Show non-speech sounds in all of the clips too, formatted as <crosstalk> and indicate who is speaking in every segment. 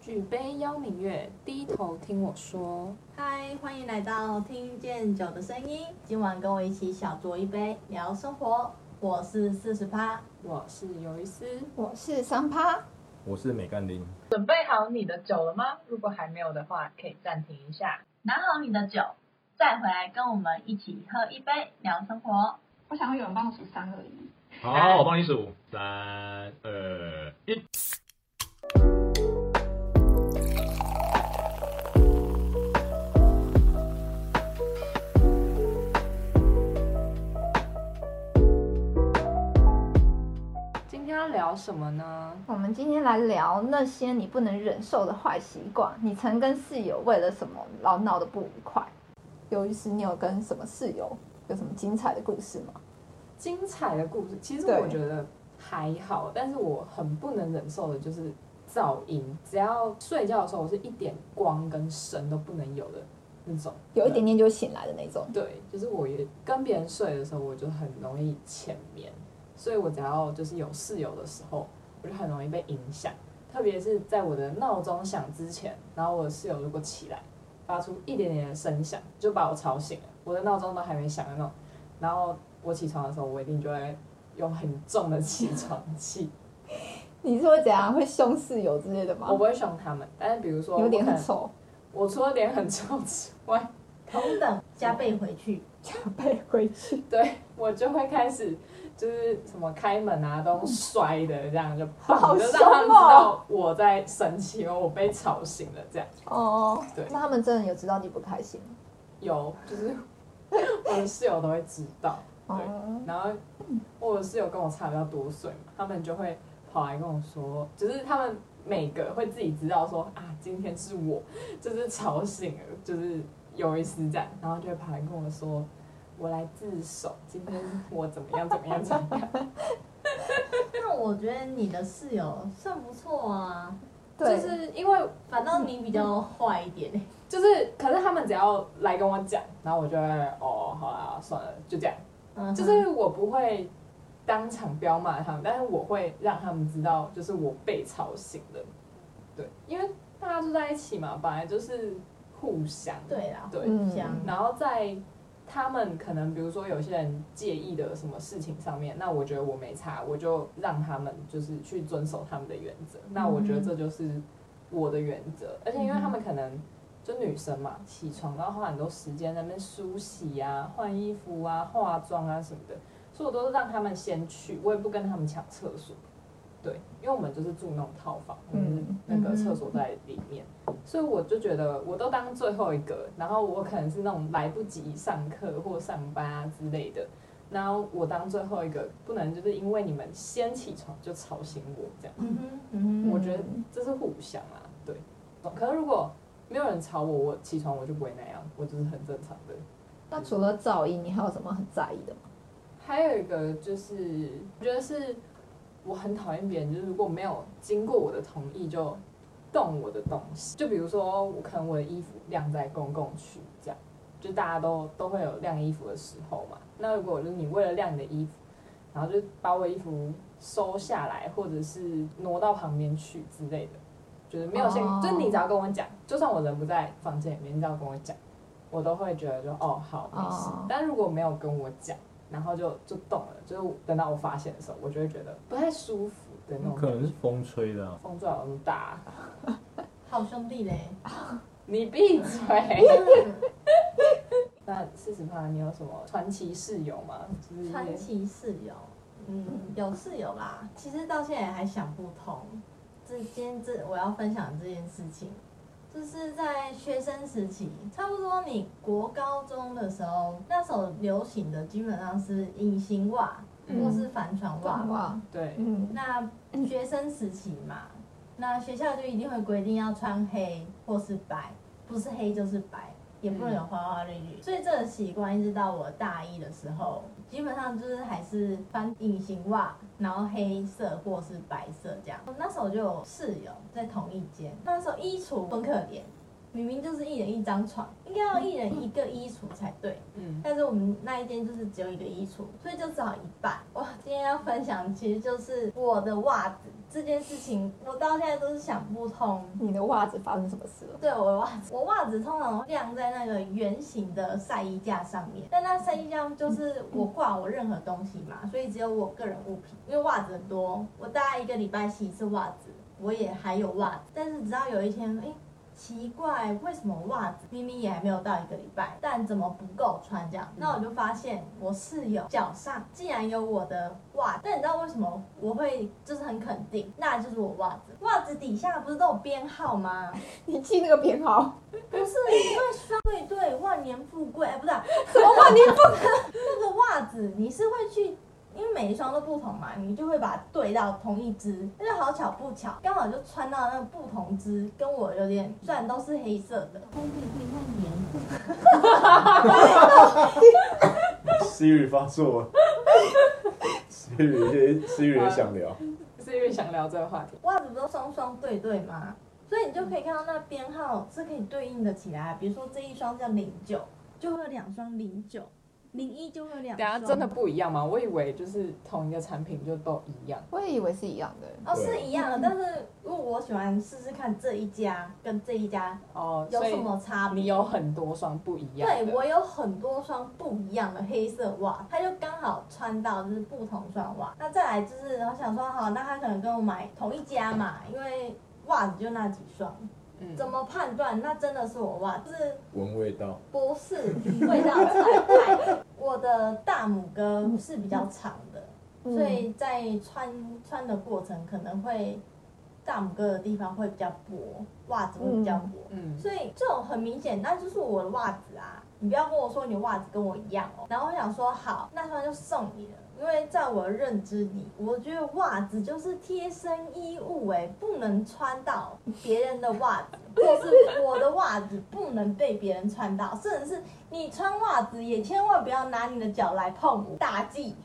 Speaker 1: 举杯邀明月，低头听我说。
Speaker 2: 嗨，欢迎来到听见酒的声音。今晚跟我一起小酌一杯，聊生活。我是四十趴，
Speaker 1: 我是尤一思，
Speaker 3: 我是三趴，
Speaker 4: 我是美干林。
Speaker 5: 准备好你的酒了吗？如果还没有的话，可以暂停一下。
Speaker 2: 拿好你的酒，再回来跟我们一起喝一杯，聊生活。
Speaker 3: 我想要有人帮我数三二一。
Speaker 6: 好，我帮你数，三二一。
Speaker 1: 今天要聊什么呢？
Speaker 3: 我们今天来聊那些你不能忍受的坏习惯。你曾跟室友为了什么老闹得不愉快？由于是你有跟什么室友有什么精彩的故事吗？
Speaker 1: 精彩的故事，其实
Speaker 3: 对
Speaker 1: 我觉得还好，但是我很不能忍受的就是噪音。只要睡觉的时候，我是一点光跟声都不能有的那种。
Speaker 3: 有一点点就醒来的那种。
Speaker 1: 对，就是我也跟别人睡的时候，我就很容易浅眠，所以我只要就是有室友的时候，我就很容易被影响。特别是在我的闹钟响之前，然后我的室友如果起来，发出一点点的声响，就把我吵醒了。我的闹钟都还没响的那种，然后我起床的时候，我一定就会用很重的起床
Speaker 3: <laughs>
Speaker 1: 气。
Speaker 3: <laughs> 你是会怎样？会凶室友之类的吗
Speaker 1: 我？不会凶他们，但是比如说
Speaker 3: 你有
Speaker 1: 我
Speaker 3: 点
Speaker 1: 可
Speaker 3: 很
Speaker 1: 能，
Speaker 3: <laughs> 丑，
Speaker 1: 我除了脸很臭之外，
Speaker 2: 同等加倍回去，
Speaker 3: 背回去。
Speaker 1: 对我就会开始就是什么开门啊都用摔的，这样就
Speaker 3: 好
Speaker 1: 砰，就
Speaker 3: 凶
Speaker 1: 让他们知
Speaker 3: 哦
Speaker 1: 道我在生气，因为我被吵醒了。这样
Speaker 3: 哦，
Speaker 1: 对
Speaker 3: 那他们真的有知道你不开心吗？
Speaker 1: 有就是我的室友都会知道，对
Speaker 3: 哦，
Speaker 1: 然后我的室友跟我差比较多岁嘛，他们就会跑来跟我说，就是他们每个会自己知道说啊，今天是我就是吵醒了，就是有一丝这样，然后就会跑来跟我说。我来自首，今天我怎么样怎么样怎么样？
Speaker 2: 那我觉得你的室友算不错啊，
Speaker 3: 对，
Speaker 1: 就是因为
Speaker 2: 反倒你比较坏一点、欸。
Speaker 1: 就是，可是他们只要来跟我讲，然后我就会哦，好啦，算了，就这样。
Speaker 2: 嗯哼
Speaker 1: 就是我不会当场彪骂他们，但是我会让他们知道，就是我被吵醒了。对，因为大家住在一起嘛，本来就是互相。
Speaker 2: 对啦，
Speaker 1: 对
Speaker 2: 互相。
Speaker 3: 嗯
Speaker 1: 然后在他们可能比如说有些人介意的什么事情上面，那我觉得我没差，我就让他们就是去遵守他们的原则。
Speaker 3: 嗯
Speaker 1: 那我觉得这就是我的原则，而且因为他们可能就女生嘛，起床然后花很多时间在那边梳洗啊、换衣服啊、化妆啊什么的，所以我都是让他们先去，我也不跟他们抢厕所。对，因为我们就是住那种套房，我们
Speaker 3: 嗯
Speaker 1: 那个厕所在里面。所以我就觉得我都当最后一个，然后我可能是那种来不及上课或上班啊之类的，然后我当最后一个，不能就是因为你们先起床就吵醒我这样，
Speaker 2: 嗯哼，嗯
Speaker 1: 我觉得这是互相啊，对。可是如果没有人吵我，我起床我就不会那样，我就是很正常的。
Speaker 3: 那除了噪音，你还有什么很在意的吗？
Speaker 1: 还有一个就是，我觉得是我很讨厌别人，就是如果没有经过我的同意就动我的东西，就比如说我可能我的衣服晾在公共区这样，就大家都都会有晾衣服的时候嘛。那如果就是你为了晾你的衣服，然后就把我衣服收下来，或者是挪到旁边去之类的，就是没有先
Speaker 3: 哦
Speaker 1: 就是你只要跟我讲，就算我人不在房间里面，你只要跟我讲，我都会觉得就哦好没事。
Speaker 3: 哦
Speaker 1: 但如果没有跟我讲，然后就就动了，就是等到我发现的时候，我就会觉得不太舒服的那种
Speaker 4: 可
Speaker 1: 感觉。
Speaker 4: 能是风吹的、啊，
Speaker 1: 风最好那么大，
Speaker 2: 好兄弟
Speaker 1: <laughs>
Speaker 2: 嘞。
Speaker 1: 你闭嘴。 <laughs> 那四十趴，你有什么传奇室友吗？就是
Speaker 2: 川崎室友，嗯，有室友啦。其实到现在还想不通，这今天这我要分享这件事情，就是在学生时期，差不多你国高中的时候，那时候流行的基本上是隐形袜
Speaker 1: 嗯
Speaker 2: 或是帆船袜。
Speaker 3: 哇，
Speaker 1: 对，
Speaker 3: 嗯，
Speaker 2: 那学生时期嘛，那学校就一定会规定要穿黑或是白，不是黑就是白，也不能有花花绿绿。所以这个习惯一直到我大一的时候，基本上就是还是穿隐形袜，然后黑色或是白色这样。那时候就有室友在同一间，那时候衣橱很可怜。明明就是一人一张床，应该要一人一个衣橱才对。
Speaker 1: 嗯，
Speaker 2: 但是我们那一间就是只有一个衣橱，所以就只好一半。哇，今天要分享其实就是我的袜子这件事情，我到现在都是想不通。
Speaker 3: 嗯你的袜子发哦生什么事了？
Speaker 2: 对我的袜子，我袜子通常晾在那个圆形的晒衣架上面，但那晒衣架就是我挂我任何东西嘛，所以只有我个人物品。因为袜子很多，我大概一个礼拜洗一次袜子，我也还有袜子。但是直到有一天，哎，奇怪，为什么袜子明明也还没有到一个礼拜，但怎么不够穿这样？那我就发现我室友脚上竟然有我的袜子，但你知道为什么我会就是很肯定，那就是我袜子。袜子底下不是都有编号吗？
Speaker 3: 你记那个编号，
Speaker 2: 不是因为双对对万年富贵，
Speaker 1: <laughs>
Speaker 2: 哎，不是啊、
Speaker 3: 什么万年不
Speaker 2: 那个袜子，你是会去，因为每一双都不同嘛，你就会把它对到同一只，那就好巧不巧，刚好就穿到那个不同只，跟我有点，虽然都是黑色的，
Speaker 7: Siri 发作了，Siri Siri 也想聊，
Speaker 1: 是因为想聊这个话题，
Speaker 2: 袜子不都双双对对吗？所以你就可以看到那编号是可以对应的起来，啊比如说这一双叫零九，就会有两双零九，零一就会有两
Speaker 1: 等一下
Speaker 2: 双，
Speaker 1: 真的不一样吗？我以为就是同一个产品就都一样。
Speaker 3: 我也以为是一样的。
Speaker 2: 哦是一样的，但是因为我喜欢试试看这一家跟这一家
Speaker 1: 哦，
Speaker 2: 有
Speaker 1: 所以
Speaker 2: 什么差别？
Speaker 1: 你有很多双不一样的。
Speaker 2: 对我有很多双不一样的黑色袜，他就刚好穿到就是不同双袜。那再来就是我想说，好，那他可能跟我买同一家嘛，因为袜子就那几双，
Speaker 1: 嗯
Speaker 2: 怎么判断那真的是我袜？就是
Speaker 7: 闻味道，
Speaker 2: 不是味道太太。我的大拇哥是比较长的，
Speaker 3: 嗯
Speaker 2: 所以在穿穿的过程可能会大拇哥的地方会比较薄，袜子会比较薄。
Speaker 1: 嗯，
Speaker 2: 所以这种很明显，那就是我的袜子啊！你不要跟我说你的袜子跟我一样哦。然后我想说，好，那双就送你了，因为在我的认知里，我觉得袜子就是贴身衣物、哎，不能穿到别人的袜子，或是我的袜子不能被别人穿到，甚至是你穿袜子也千万不要拿你的脚来碰我，大忌。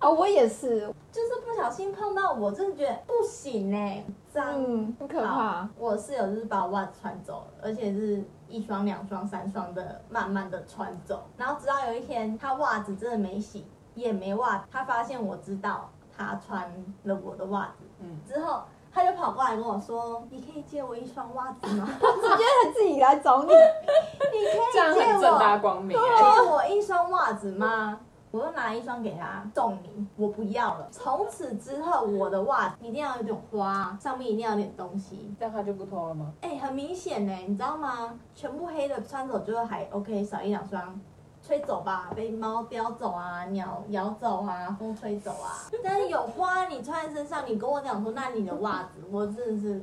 Speaker 3: 哦，我也是，
Speaker 2: 就是不小心碰到我，真的觉得不行哎、脏。
Speaker 3: 嗯，很可怕
Speaker 2: 好。我室友就是把我袜子穿走了，而且是一双、两双、三双的慢慢的穿走，然后直到有一天他袜子真的没洗，也没袜子，他发现我知道他穿了我的袜子，
Speaker 1: 嗯
Speaker 2: 之后他就跑过来跟我说：“你可以借我一双袜子吗？
Speaker 3: 直接他自己来 <laughs> 找你，
Speaker 2: 你
Speaker 1: 这样
Speaker 2: 可以借
Speaker 1: 很正大
Speaker 2: 我
Speaker 1: 光明欸。
Speaker 2: 借我一双袜子吗？”我就拿一双给他送你，我不要了。从此之后，我的袜子一定要有点花，上面一定要有点东西，
Speaker 1: 这样他就不偷了吗？
Speaker 2: 哎、很明显呢、你知道吗？全部黑的穿走就还 OK，少一两双，吹走吧，被猫叼走啊，鸟咬走啊，风吹走啊。但是有花你穿在身上，你跟我讲说那你的袜子，我真的是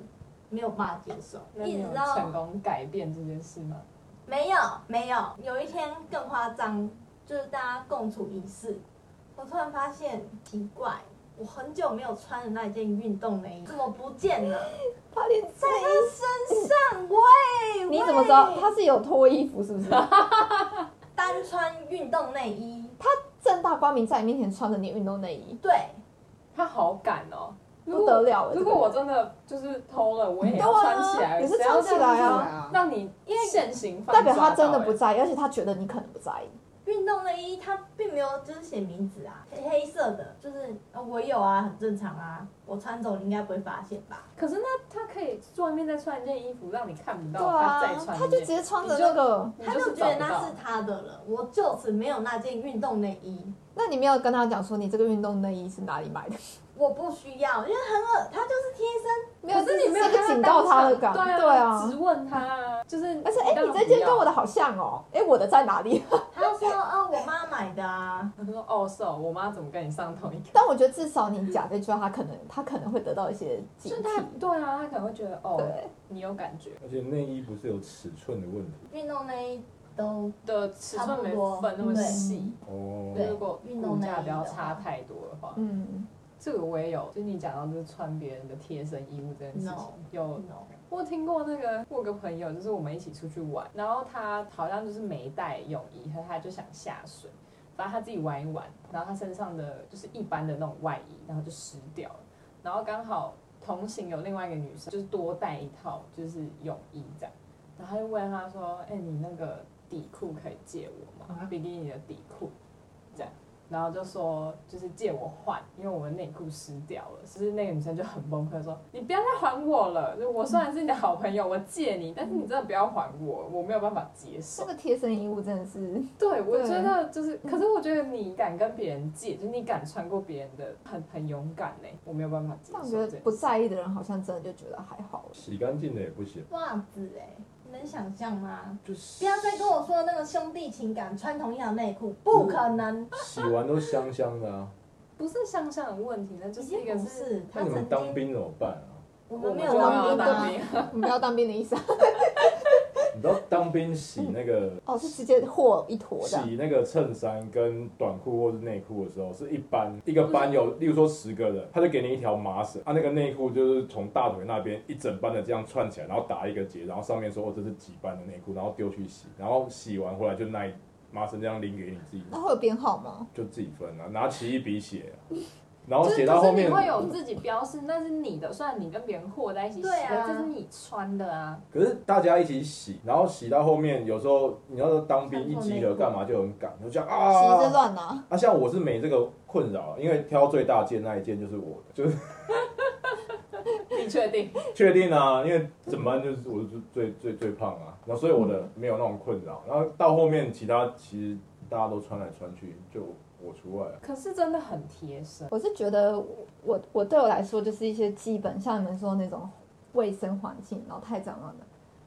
Speaker 2: 没有办法接受，
Speaker 1: 那
Speaker 2: 一
Speaker 1: 你
Speaker 2: 直
Speaker 1: 有
Speaker 2: 到
Speaker 1: 成功改变这件事吗？
Speaker 2: 没有没有，有一天更夸张，就是大家共处一室，我突然发现奇怪，我很久没有穿的那件运动内衣怎么不见了？
Speaker 3: 他连
Speaker 2: 在他身上，喂，
Speaker 3: 你怎么知道
Speaker 2: 喂
Speaker 3: 他是有脱衣服是不是？ <laughs>
Speaker 2: 单穿运动内衣，
Speaker 3: 正大光明在你面前穿着你的运动内衣，
Speaker 2: 对，
Speaker 1: 他好敢哦，如
Speaker 3: 不
Speaker 1: 果
Speaker 3: 得了了。欸
Speaker 1: 如果我真的就是偷了，我也
Speaker 3: 对
Speaker 1: 要
Speaker 3: 啊
Speaker 1: 穿起来，
Speaker 3: 也是
Speaker 1: 谁要
Speaker 3: 穿起来啊
Speaker 1: 这样子让你因为现行犯
Speaker 3: 代表
Speaker 1: 抓
Speaker 3: 他
Speaker 1: 到
Speaker 3: 真的不
Speaker 1: 欸
Speaker 3: 在意，而且他觉得你可能不在意。
Speaker 2: 运动内衣它并没有就是写名字啊，黑色的，就是呃我有啊，很正常啊，我穿走你应该不会发现吧？
Speaker 1: 可是那他可以外面再穿一件衣服，让你看不
Speaker 3: 对
Speaker 1: 到他再
Speaker 3: 啊，
Speaker 1: 穿
Speaker 3: 他
Speaker 1: 一
Speaker 3: 就
Speaker 1: 件
Speaker 3: 直接穿着那个。
Speaker 1: 你
Speaker 2: 他
Speaker 1: 是
Speaker 2: 就觉得
Speaker 1: 找不
Speaker 2: 那
Speaker 1: 到
Speaker 2: 是他的了，我就此没有那件运动内衣，
Speaker 3: 那你没有跟他讲说你这个运动内衣是哪里买的？
Speaker 2: 我不需要，因为很恶，它就是贴身，
Speaker 3: <laughs> 没有，
Speaker 1: 可是你没有
Speaker 3: 这是
Speaker 1: 跟
Speaker 3: 警告他的
Speaker 1: 当
Speaker 3: 感，
Speaker 1: 场对
Speaker 3: 对啊。
Speaker 1: 直问他啊，就是
Speaker 3: 而且哎、
Speaker 1: 当
Speaker 3: 你
Speaker 1: 然
Speaker 3: 这件
Speaker 1: 不要
Speaker 3: 跟我的好像哦，哎、我的在哪里？ <laughs>
Speaker 2: 他就说哦我妈买的啊，
Speaker 1: 他说哦是哦，我妈怎么跟你上同一个？
Speaker 3: 但我觉得至少你讲这句话，他可能他可能会得到一些警
Speaker 1: 就他
Speaker 3: 惕。
Speaker 1: 对啊，他可能会觉得哦
Speaker 3: 对，
Speaker 1: 你有感觉
Speaker 4: 而且内衣不是有尺寸的问题
Speaker 2: 运动内衣都
Speaker 1: 的尺
Speaker 2: 差
Speaker 1: 寸
Speaker 2: 不
Speaker 1: 没
Speaker 2: 多
Speaker 1: 分那么
Speaker 2: 对
Speaker 1: 细，
Speaker 4: 哦
Speaker 2: 对
Speaker 1: 如果
Speaker 2: 运
Speaker 1: 骨
Speaker 2: 动
Speaker 1: 架
Speaker 2: 内衣
Speaker 1: 不要
Speaker 2: 的
Speaker 1: 差
Speaker 2: 话
Speaker 1: 太多的话，
Speaker 3: 嗯，
Speaker 1: 这个我也有，就是你讲到就是穿别人的贴身衣物这件事情
Speaker 2: No
Speaker 1: 有
Speaker 2: no，
Speaker 1: 我听过那个，我有个朋友，就是我们一起出去玩，然后他好像就是没带泳衣，可是他就想下水，反正他自己玩一玩，然后他身上的就是一般的那种外衣，然后就湿掉了，然后刚好同行有另外一个女生，就是多带一套就是泳衣这样，然后就问他说：“哎、你那个底裤可以借我吗
Speaker 5: 啊？
Speaker 1: 比基尼的底裤，这样。”然后就说就是借我换，因为我的内裤湿掉了。其实那个女生就很崩溃，说：“你不要再还我了！就我虽然是你的好朋友，我借你，但是你真的不要还我，我没有办法接受
Speaker 3: 这。个贴身衣物真的是，
Speaker 1: 对，嗯我
Speaker 3: 对
Speaker 1: 觉得就是，可是我觉得你敢跟别人借，就是你敢穿过别人的，很很勇敢呢、我没有办法接
Speaker 3: 但我觉
Speaker 1: 受
Speaker 3: 得
Speaker 1: 这
Speaker 3: 不在意的人好像真的就觉得还好了。
Speaker 4: 洗干净的也不行，
Speaker 2: 袜子哎、你能想象吗？
Speaker 4: 就是
Speaker 2: 不要再跟我说那个兄弟情感，穿同样的内裤，不可能。
Speaker 7: 洗完都香香的啊。
Speaker 1: 不是向上的问题，那就
Speaker 2: 已
Speaker 1: 是一
Speaker 2: 经
Speaker 1: 个
Speaker 2: 不
Speaker 1: 是
Speaker 2: 是他
Speaker 4: 那你们
Speaker 2: 曾
Speaker 4: 当
Speaker 2: 经，
Speaker 4: 兵怎么办
Speaker 2: <laughs>
Speaker 4: 啊？
Speaker 2: 我
Speaker 1: 我
Speaker 2: 们
Speaker 1: 们
Speaker 2: 没
Speaker 1: 就
Speaker 2: 有
Speaker 1: 要
Speaker 2: 当兵
Speaker 1: 当
Speaker 2: 啊，
Speaker 1: 兵，
Speaker 3: <laughs> 你们要当兵的意思啊？
Speaker 7: 你知道当兵洗那个
Speaker 3: 哦，是直接和一坨的。
Speaker 7: 洗那个衬衫跟短裤或是内裤的时候，是一班一个班有，例如说十个人，他就给你一条麻绳，啊他、那个内裤就是从大腿那边一整班的这样串起来，然后打一个结，然后上面说哦这是几班的内裤，然后丢去洗，然后洗完回来就那一麻绳这样拎给你自己，
Speaker 1: 哦
Speaker 3: 那会有编号吗？
Speaker 7: 就自己分了、拿起一笔写、啊然后
Speaker 1: 就是
Speaker 7: 写到后
Speaker 1: 可是
Speaker 7: 面
Speaker 1: 你，会有自己标示，那是你的，虽然你跟别人和在一起洗
Speaker 2: 对
Speaker 1: 的，
Speaker 2: 啊
Speaker 1: 这是你穿的啊。
Speaker 7: 可是大家一起洗，然后洗到后面，有时候你要说当兵一集合干嘛就很赶，就这样啊，
Speaker 3: 洗一直乱拿，
Speaker 7: 啊，像我是没这个困扰，啊因为挑最大件那一件就是我的，就是
Speaker 1: 你确定？
Speaker 7: 确定啊，因为整班就是我是最最最胖啊，然后所以我的没有那种困扰，然后到后面其他其实大家都穿来穿去，就我除外啊。
Speaker 1: <laughs> 可是真的很贴身，
Speaker 3: 我是觉得我我我对我来说就是一些基本，像你们说的那种卫生环境，然后太脏乱的，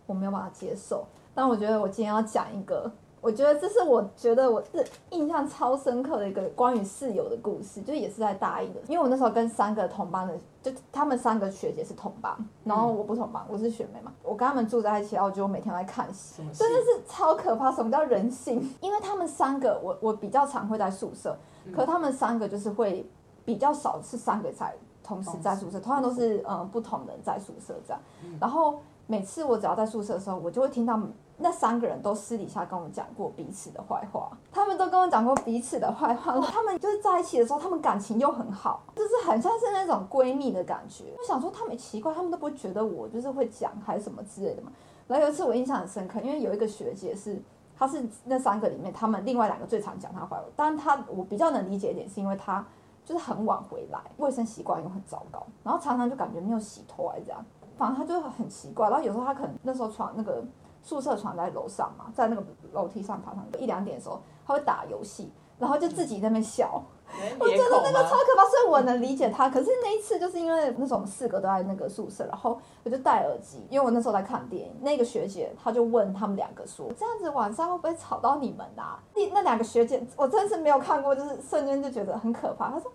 Speaker 3: 我没有办法接受。但我觉得我今天要讲一个，我觉得这是我觉得我是印象超深刻的一个关于室友的故事，就也是在大一的，因为我那时候跟三个同班的，就他们三个学姐是同班，然后我不同班，我是学妹嘛，我跟他们住在一起，然后我觉得我每天都在看戏，
Speaker 1: 什么事
Speaker 3: 真？的是超可怕。什么叫人性？ <laughs> 因为他们三个，我我比较常会在宿舍，
Speaker 1: 嗯
Speaker 3: 可他们三个就是会比较少是三个在同时在宿舍，通常都是嗯、呃不同的人在宿舍这样。
Speaker 1: 嗯
Speaker 3: 然后每次我只要在宿舍的时候，我就会听到那三个人都私底下跟我讲过彼此的坏话，他们都跟我讲过彼此的坏话，他们就是在一起的时候，他们感情又很好，就是很像是那种闺蜜的感觉。我想说他们奇怪，他们都不会觉得我就是会讲还是什么之类的嘛。然后有一次我印象很深刻，因为有一个学姐是。她是那三个里面，他们另外两个最常讲她坏话，当然她我比较能理解一点，是因为她就是很晚回来，卫生习惯又很糟糕，然后常常就感觉没有洗头啊还是这样，反正他就很奇怪。然后有时候他可能那时候床那个宿舍床在楼上嘛，在那个楼梯上爬上去，一两点的时候他会打游戏，然后就自己在那边笑，
Speaker 1: 我觉得那个
Speaker 3: 超可怕，所以我能理解他。可是那一次就是因为那种四个都在那个宿舍，然后我就戴耳机，因为我那时候在看电影。那个学姐她就问他们两个说：“这样子晚上会不会吵到你们啊？”那那两个学姐我真是没有看过，就是瞬间就觉得很可怕。她说：“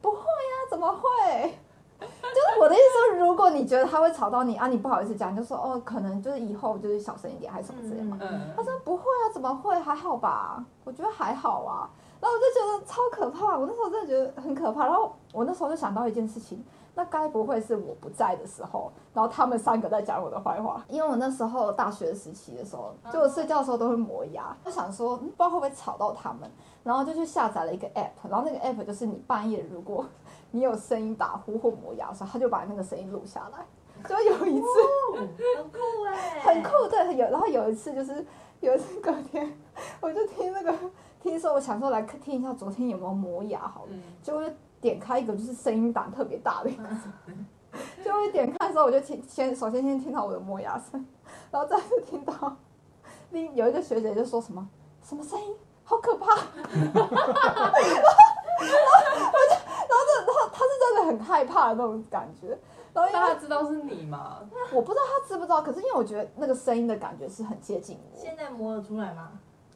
Speaker 3: 不会呀、怎么会？” <laughs> 就是我的意思说，如果你觉得他会吵到你啊，你不好意思讲，你就说哦，可能就是以后就是小声一点，还是什么之类的嘛。
Speaker 1: 嗯
Speaker 3: 他，说不会啊，怎么会？还好吧，我觉得还好啊。然后我就觉得超可怕，我那时候真的觉得很可怕。然后我那时候就想到一件事情，那该不会是我不在的时候，然后他们三个在讲我的坏话？因为我那时候大学时期的时候，就我睡觉的时候都会磨牙，我想说、嗯不知道会不会吵到他们，然后就去下载了一个 app，然后那个 app 就是你半夜如果 <laughs> 你有声音打呼或磨牙的时候，他就把那个声音录下来。就有一次，
Speaker 2: 很酷哎、
Speaker 3: 很酷，对，有。然后有一次就是有一次隔天，我就听那个听说，我想说来听一下昨天有没有磨牙好了，
Speaker 1: 嗯
Speaker 3: 就会点开一个就是声音档特别大的一个，就会点开的时候我就听先首先先听到我的磨牙声，然后再次听到另有一个学姐就说什么什么声音。好可怕！然 <laughs> 后，然后我就，然后就，然后他是真的很害怕的那种感觉。然后因为
Speaker 1: 大家知道是你吗？
Speaker 3: 我不知道他知不知道，可是因为我觉得那个声音的感觉是很接近我。
Speaker 2: 现在磨得出来吗？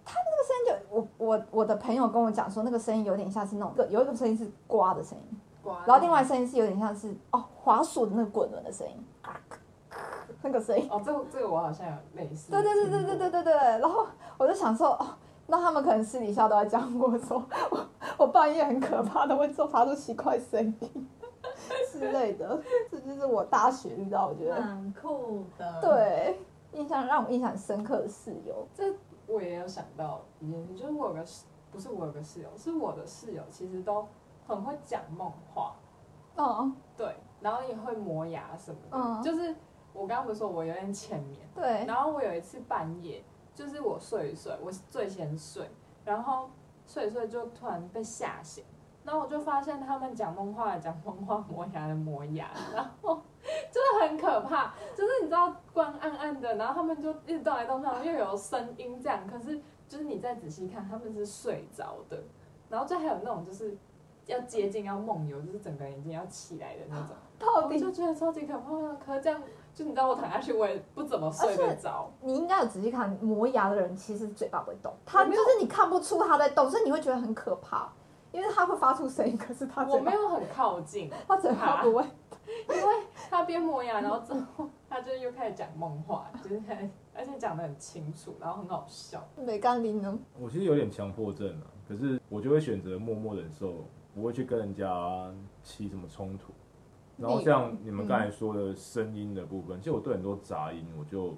Speaker 3: 那个声音就我我我的朋友跟我讲说，那个声音有点像是那种有一种声音是刮的声音，然后另外声音是有点像是哦滑鼠的那个滚轮的声音，那个声音。
Speaker 1: 哦，这个这个我好像有类似。
Speaker 3: 对对对对对对对对。然后我就想说，哦，那他们可能私底下都在讲我说，我我半夜很可怕的会做发出奇怪声音 <laughs> 之类的，这就是我大学遇到我觉得、
Speaker 2: 蛮酷的。，
Speaker 3: 对印象让我印象很深刻的室友。
Speaker 1: 我也有想到一件事，就是我有个室，不是我有个室友，是我的室友，其实都很会讲梦话，
Speaker 3: 哦，
Speaker 1: 对，然后也会磨牙什么的，
Speaker 3: 嗯
Speaker 1: 就是我刚刚不是说我有点浅眠，
Speaker 3: 对，
Speaker 1: 然后我有一次半夜，就是我睡一睡，我是最先睡，然后睡一睡就突然被吓醒，然后我就发现他们讲梦话的讲梦话，磨牙的磨牙， <laughs> 然后真的很可怕，就是你知道光暗暗的，然后他们就一直动来动去，然后又有声音这样，可是就是你再仔细看，他们是睡着的，然后就还有那种就是。要接近要梦游，就是整个人已经要起来的那种，
Speaker 3: 到
Speaker 1: 我
Speaker 3: 底
Speaker 1: 就觉得超级可怕的。可是这样，就你知道我躺下去，我也不怎么睡得着。
Speaker 3: 你应该有仔细看，磨牙的人其实嘴巴不会动，他
Speaker 1: 我
Speaker 3: 就
Speaker 1: 没有
Speaker 3: 是你看不出他在动，所以你会觉得很可怕，因为他会发出声音，可是他
Speaker 1: 我
Speaker 3: 啊嘴
Speaker 1: 没
Speaker 3: 巴
Speaker 1: 有很靠近，
Speaker 3: 他嘴巴不会。
Speaker 1: 他边磨牙，然后之后他就又开始讲梦话，就是开始而且讲的很清楚，然后很好笑。
Speaker 3: 美干林呢？
Speaker 4: 我其实有点强迫症啊，可是我就会选择默默忍受，不会去跟人家起什么冲突。然后像你们刚才说的声音的部分，其实我对很多杂音我就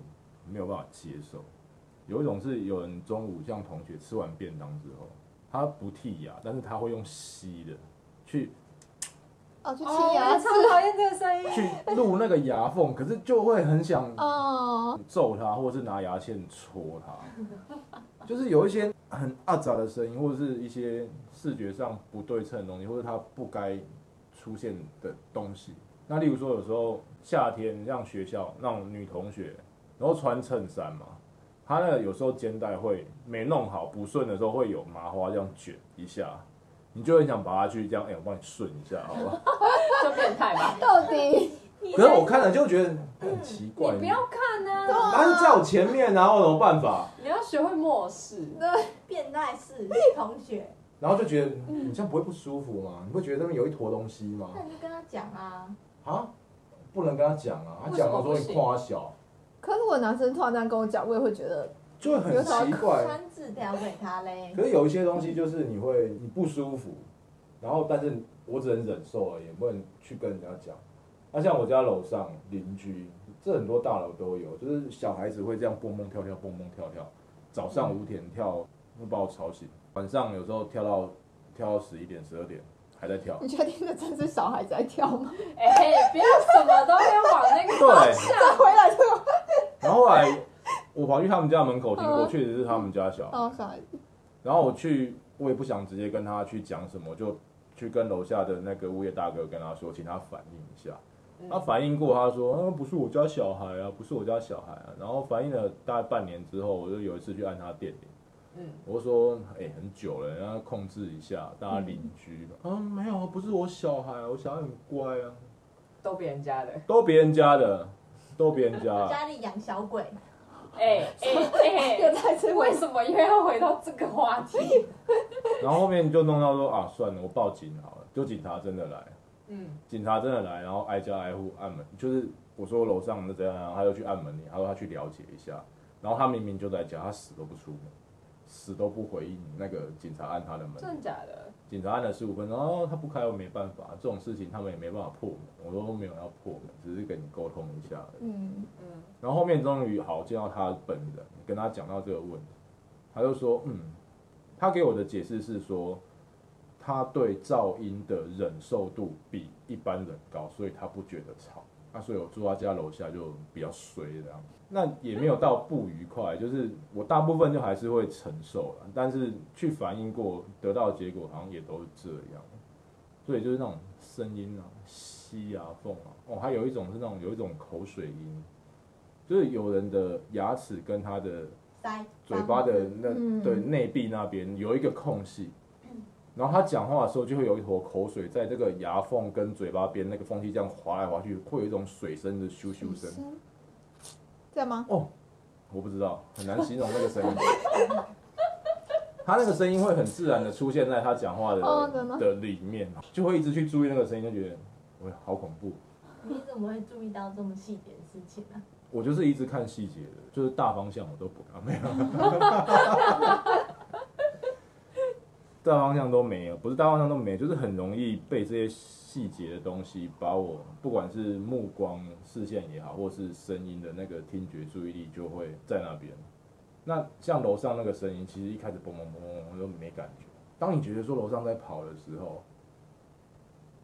Speaker 4: 没有办法接受。有一种是有人中午像同学吃完便当之后，他不剔牙，但是他会用吸的去
Speaker 3: 哦，去
Speaker 1: 哦
Speaker 3: 清牙齿
Speaker 2: 超讨厌这个声音。
Speaker 4: 去露那个牙缝，可是就会很想
Speaker 3: 哦，
Speaker 4: 揍他，或者是拿牙线戳他， <laughs> 就是有一些很阿杂的声音，或者是一些视觉上不对称的东西，或者它不该出现的东西。那例如说，有时候夏天让学校那种女同学，然后穿衬衫嘛，她那个有时候肩带会没弄好，不顺的时候会有麻花这样卷一下，你就很想把它去这样，哎、我帮你顺一下，好吧？
Speaker 1: 就变态吧，
Speaker 3: 到底
Speaker 4: 可是我看了就觉得很奇怪，
Speaker 1: 你不要看呢、啊，
Speaker 4: 他是在我前面，然后有什么办法？
Speaker 1: 你要学会漠视。
Speaker 2: 变态式同学，
Speaker 4: 然后就觉得你这样不会不舒服吗？你不会觉得那边有一坨东西吗
Speaker 2: 那？你就跟他讲啊，
Speaker 4: 啊，不能跟他讲啊，他
Speaker 1: 为什
Speaker 4: 讲
Speaker 1: 么
Speaker 4: 了
Speaker 1: 不
Speaker 4: 说
Speaker 1: 行
Speaker 4: 你夸小，
Speaker 3: 可是我男生突然这样跟我讲，我也会觉得
Speaker 4: 就会很奇怪。
Speaker 2: 传纸条给他嘞。
Speaker 4: 可是有一些东西就是你会你不舒服，然后但是我只能忍受而已，不能去跟人家讲。那、像我家楼上邻居，这很多大楼都有，就是小孩子会这样蹦蹦跳跳，蹦蹦跳跳，早上五点跳会把我吵醒，晚上有时候跳到跳到十一点、十二点还在跳。
Speaker 3: 你确定那真是小孩子在跳吗？
Speaker 1: 哎、不要什么都要往那个
Speaker 4: 对。
Speaker 3: 再回来就
Speaker 4: 然后后来我跑去他们家门口停过，确实是他们家小孩。
Speaker 3: 哦，小孩子
Speaker 4: 然后我去，我也不想直接跟他去讲什么，就去跟楼下的那个物业大哥跟他说，请他反映一下。
Speaker 1: 嗯
Speaker 4: 他反映过，他说：“啊，不是我家小孩啊，不是我家小孩啊。”然后反映了大概半年之后，我就有一次去按他店里，
Speaker 1: 嗯，
Speaker 4: 我就说：“哎、很久了，然后控制一下，大家邻居吧。啊，没有啊，不是我小孩啊，我小孩很乖啊，
Speaker 1: 都别人
Speaker 3: <laughs>
Speaker 1: 家的。
Speaker 4: 都别人家的，都别人家啊、
Speaker 2: 家里养小鬼，
Speaker 1: 哎
Speaker 3: <laughs>
Speaker 1: 哎
Speaker 3: 又
Speaker 1: 哎，
Speaker 3: 在这
Speaker 1: 为
Speaker 3: 位。
Speaker 1: 什么又要回到这个话题？
Speaker 4: 然后后面就弄到说啊，算了，我报警好了。就警察真的来，
Speaker 1: 嗯，
Speaker 4: 警察真的来，然后挨家挨户按门，就是我说楼上的怎样，啊然后他就去按门铃，他说他去了解一下。然后他明明就在家，他死都不出门，死都不回应那个警察按他的门。
Speaker 1: 真的假的？
Speaker 4: 警察按了十五分钟，哦，他不开我没办法，这种事情他们也没办法破门。我说没有要破门，只是跟你沟通一下而已。
Speaker 3: 嗯，
Speaker 1: 嗯，
Speaker 4: 然后后面终于好见到他本人，跟他讲到这个问题，他就说，嗯，他给我的解释是说，他对噪音的忍受度比一般人高，所以他不觉得吵。那、所以我住他家楼下就比较衰这样，那也没有到不愉快，就是我大部分就还是会承受了，但是去反映过得到的结果好像也都是这样，所以就是那种声音啊、吸啊、缝啊，哦，还有一种是那种有一种口水音，就是有人的牙齿跟他的
Speaker 2: 塞
Speaker 4: 嘴巴的那、
Speaker 3: 嗯
Speaker 4: 对内壁那边有一个空隙，然后他讲话的时候就会有一坨口水在这个牙缝跟嘴巴边那个缝隙这样滑来滑去，会有一种水声的咻咻声。
Speaker 3: 生这样吗？
Speaker 4: 我不知道，很难形容那个声音。 <laughs> 他那个声音会很自然的出现在他讲话的、
Speaker 3: 哦真的
Speaker 4: 的里面，就会一直去注意那个声音，就觉得喂好恐怖。
Speaker 2: 你怎么会注意到这么细节的事情啊呢、
Speaker 4: 我就是一直看细节的，就是大方向我都不看，没有，大方向都没有，不是大方向都没有，就是很容易被这些细节的东西把我，不管是目光、视线也好，或是声音的那个听觉注意力就会在那边。那像楼上那个声音，其实一开始嘣嘣嘣嘣嘣都没感觉，当你觉得说楼上在跑的时候，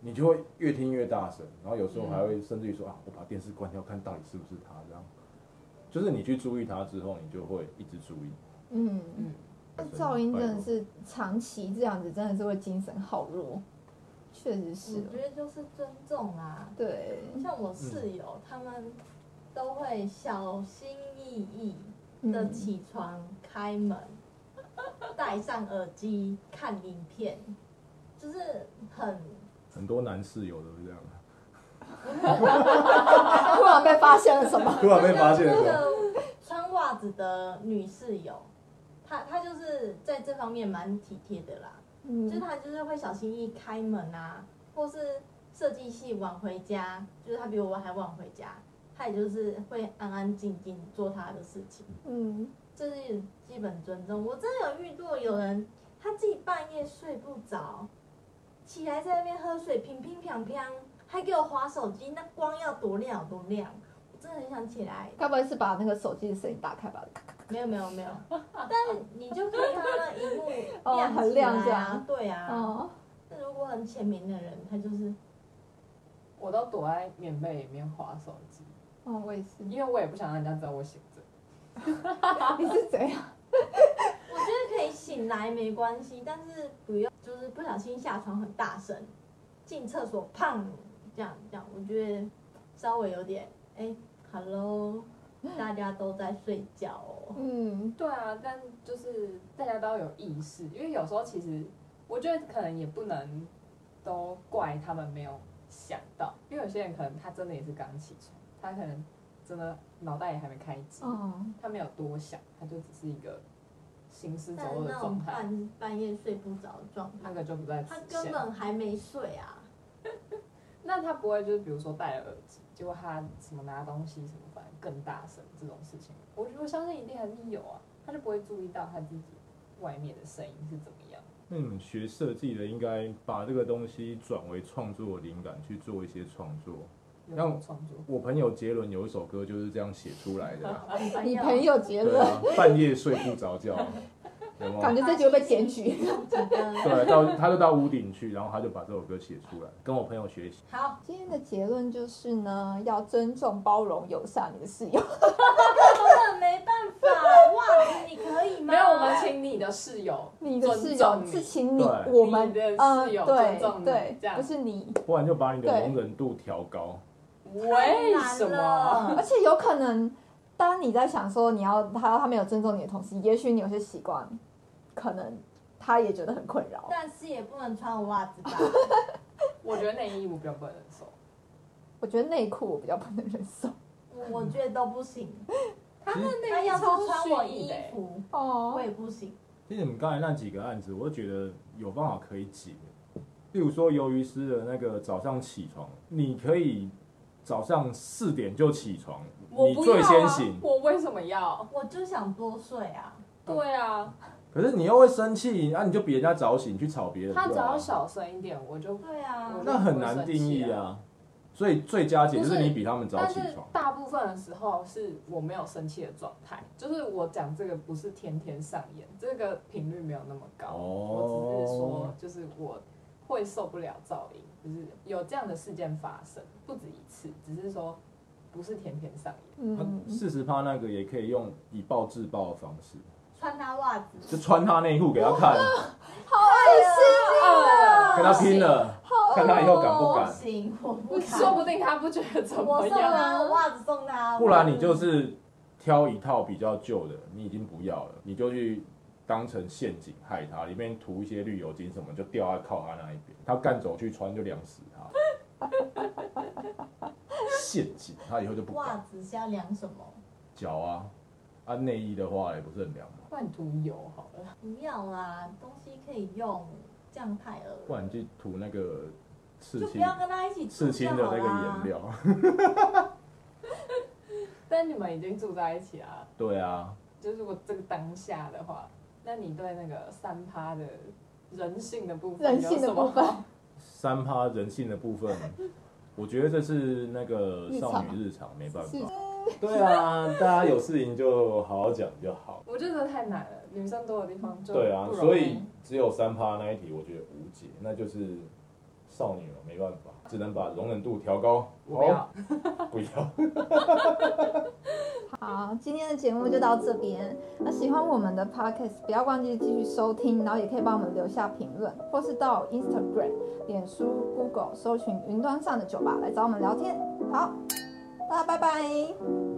Speaker 4: 你就会越听越大声，然后有时候还会甚至于说啊，我把电视关掉，看到底是不是他这样。就是你去注意他之后，你就会一直注意。
Speaker 3: 嗯，
Speaker 1: 嗯
Speaker 3: 那噪音真
Speaker 4: 拜
Speaker 3: 的
Speaker 4: 托
Speaker 3: 是长期这样子，真的是会精神耗弱，确实是
Speaker 2: 我。觉得就是尊重啦。
Speaker 3: 对，
Speaker 2: 像我室
Speaker 4: 嗯
Speaker 2: 友，他们都会小心翼翼的
Speaker 3: 嗯，
Speaker 2: 起床、开门，戴上耳机看影片，就是很
Speaker 4: 很多男室友都是这样，
Speaker 1: <laughs>
Speaker 3: 突然被发现了什么？
Speaker 4: 突然被发现的
Speaker 2: 那
Speaker 4: 时候，
Speaker 2: 个穿袜子的女室友，她她就是在这方面蛮体贴的啦，就是
Speaker 3: 嗯，
Speaker 2: 她就是会小心翼翼开门啊，或是设计系晚回家，就是她比我还晚回家，她也就是会安安静静做她的事情，
Speaker 3: 嗯，
Speaker 2: 这是基本尊重。我真的有遇过有人他自己半夜睡不着，起来在那边喝水，乒乒乓乓，还给我划手机，那光要多亮有多亮，我真的很想起来。
Speaker 3: 该不会是把那个手机的声音打开吧？
Speaker 2: 没有没有没
Speaker 3: <laughs>
Speaker 2: 有，但是你就可以看到那荧幕
Speaker 3: 哦
Speaker 2: 亮
Speaker 3: 很
Speaker 2: 起来
Speaker 3: 亮这
Speaker 2: 啊
Speaker 3: 样，
Speaker 2: 对啊。
Speaker 3: 哦，
Speaker 2: 那如果很浅明的人，他就是
Speaker 1: 我都躲在棉被里面划手机，
Speaker 3: 哦，我也是。
Speaker 1: 因为我也不想让人家知道我醒着。啊
Speaker 3: 你是怎样？
Speaker 2: 我觉得可以醒来没关系，但是不要就是不小心下床很大声，进厕所砰这样这样，我觉得稍微有点哎，hello，大
Speaker 1: 嗯
Speaker 2: 家都在睡觉哦。
Speaker 3: 嗯，
Speaker 1: 对啊，但就是大家都要有意识，因为有时候其实我觉得可能也不能都怪他们没有想到，因为有些人可能他真的也是刚起床，他可能真的脑袋也还没开机，
Speaker 2: 嗯
Speaker 3: 哦，
Speaker 1: 他没有多想，他就只是一个行尸走
Speaker 2: 但是
Speaker 1: 肉的
Speaker 2: 那种
Speaker 1: 状态，
Speaker 2: 半半夜睡不着的状态
Speaker 1: 那，个就不在此
Speaker 2: 他根
Speaker 1: 限。
Speaker 2: 本还没睡啊。
Speaker 1: 那他不会就是比如说戴了耳机，结果他什么拿东西什么反正更大声这种事情，我我相信一定还是有啊，他就不会注意到他自己外面的声音是怎么样。
Speaker 4: 那你们学设计的应该把这个东西转为创作灵感去做一些创作。
Speaker 1: 有
Speaker 4: <laughs>
Speaker 1: 什么创作 <laughs>
Speaker 4: 我朋友杰伦有一首歌就是这样写出来的啊、
Speaker 3: 你朋友结
Speaker 4: 对
Speaker 3: 论，
Speaker 4: 啊，半夜睡不着觉，
Speaker 1: <laughs>
Speaker 4: 有没
Speaker 3: 感
Speaker 4: 有？
Speaker 3: 觉这就会被检举。
Speaker 4: 对，到他就到屋顶去，然后他就把这首歌写出来，跟我朋友学习。
Speaker 2: <laughs> 好，
Speaker 3: 今天的结论就是呢，要尊重、包容、友善你的室友。
Speaker 2: 根本没办法，袜子你可以吗？
Speaker 1: 没有，我们请你的室 <laughs> 友，
Speaker 3: 你的室
Speaker 1: 尊
Speaker 3: 友
Speaker 1: 重
Speaker 3: 是
Speaker 1: 你，
Speaker 3: 请你
Speaker 4: 对
Speaker 3: 我们
Speaker 1: 你的
Speaker 3: 呃
Speaker 1: 室友尊重
Speaker 3: 对
Speaker 1: 你
Speaker 3: 对
Speaker 1: 这，样
Speaker 3: 不是你，
Speaker 4: 不然就把你的
Speaker 3: 对
Speaker 4: 容忍度调高。
Speaker 1: 为什么？
Speaker 3: 而且有可能，当你在想说你要他他没有尊重你的同时，也许你有些习惯，可能他也觉得很困扰。
Speaker 2: 但是也不能穿我袜子吧？
Speaker 1: 我觉得内衣我比较不能忍受，
Speaker 3: 我觉得内裤我比较不能忍受。
Speaker 2: 我我觉得都不
Speaker 1: <laughs>
Speaker 2: 行。
Speaker 4: 其实，
Speaker 2: 他要是穿我
Speaker 1: 内衣
Speaker 2: 衣
Speaker 1: 超逊
Speaker 2: 服，我
Speaker 3: 哦，
Speaker 2: 也不行。
Speaker 4: 其实你们刚才那几个案子，我觉得有办法可以解。例如说，鱿鱼丝的那个早上起床，你可以早上四点就起床，
Speaker 1: 我
Speaker 4: 你
Speaker 1: 不要
Speaker 4: 最先
Speaker 1: 啊
Speaker 4: 醒，。
Speaker 1: 我为什么要？
Speaker 2: 我就想多睡啊。
Speaker 1: 对啊，
Speaker 4: 可是你又会生气，那、你就比人家早醒，去吵别人。
Speaker 1: 他只要，小声一点，我就。
Speaker 2: 对啊，
Speaker 4: 那很难定义啊。所以最佳解就是你比他们早
Speaker 1: 但
Speaker 4: 起
Speaker 1: 是
Speaker 4: 床。
Speaker 1: 大部分的时候是我没有生气的状态，就是我讲这个不是天天上演，这个频率没有那么高。我只是说
Speaker 4: 哦，，
Speaker 1: 就是我会受不了噪音，就是有这样的事件发生不止一次，只是说不是天天上演。
Speaker 3: 嗯，
Speaker 4: 四十趴那个也可以用以暴制暴的方式，
Speaker 2: 穿他袜子。
Speaker 4: 就穿他内裤给他看，
Speaker 1: 啊
Speaker 4: 跟啊他拼了，看他以后敢不
Speaker 2: 不
Speaker 4: 敢。
Speaker 2: 行，我不
Speaker 1: 不
Speaker 2: 敢。
Speaker 1: 说不定他不觉得怎么
Speaker 2: 我送
Speaker 1: 样。
Speaker 2: 他，我啊袜子送他。
Speaker 4: 不然你就是挑一套比较旧的，你已经不要了，你就去当成陷阱害他，里面涂一些绿油精什么，就掉在靠他那一边，他干走去穿就凉死他。陷阱，他以后就不
Speaker 2: 袜
Speaker 4: 敢
Speaker 2: 子是要量什么？
Speaker 4: 脚啊，啊内衣的话也不是很凉嘛，
Speaker 1: 不然涂油好了，
Speaker 2: 不要啦，东西可以用，这样太恶
Speaker 4: 不然你去涂那个刺
Speaker 2: 就不
Speaker 4: 青
Speaker 2: 要跟他一起
Speaker 4: 刺青的那个
Speaker 2: 料。
Speaker 4: 颜料。 <laughs>
Speaker 1: 但你们已经住在一起啊，
Speaker 4: 对啊，
Speaker 1: 就是如果这个当下的话，那你对那个三趴的人性的部分
Speaker 3: 人
Speaker 1: 有
Speaker 3: 性
Speaker 1: 什
Speaker 3: 的
Speaker 1: 么
Speaker 3: 部分
Speaker 1: 好？
Speaker 4: 三趴人性的部分， <laughs> 我觉得这是那个少女日常，没办法
Speaker 3: 是。
Speaker 4: 对啊，大家有事情就好
Speaker 7: 好好讲就好。
Speaker 1: 我觉得这太难了，女生多的地方就
Speaker 7: 对啊
Speaker 1: 不，容易
Speaker 7: 所以只有三趴那一题，我觉得无解，那就是
Speaker 4: 少女嘛，没办法，只能把容忍度调高。
Speaker 1: 我不要，
Speaker 4: 好，不要。
Speaker 3: 好，今天的节目就到这边。那喜欢我们的 podcast，不要忘记继续收听，然后也可以帮我们留下评论，或是到 Instagram、脸书、Google 搜寻“云端上的酒吧”来找我们聊天。好，大家拜拜。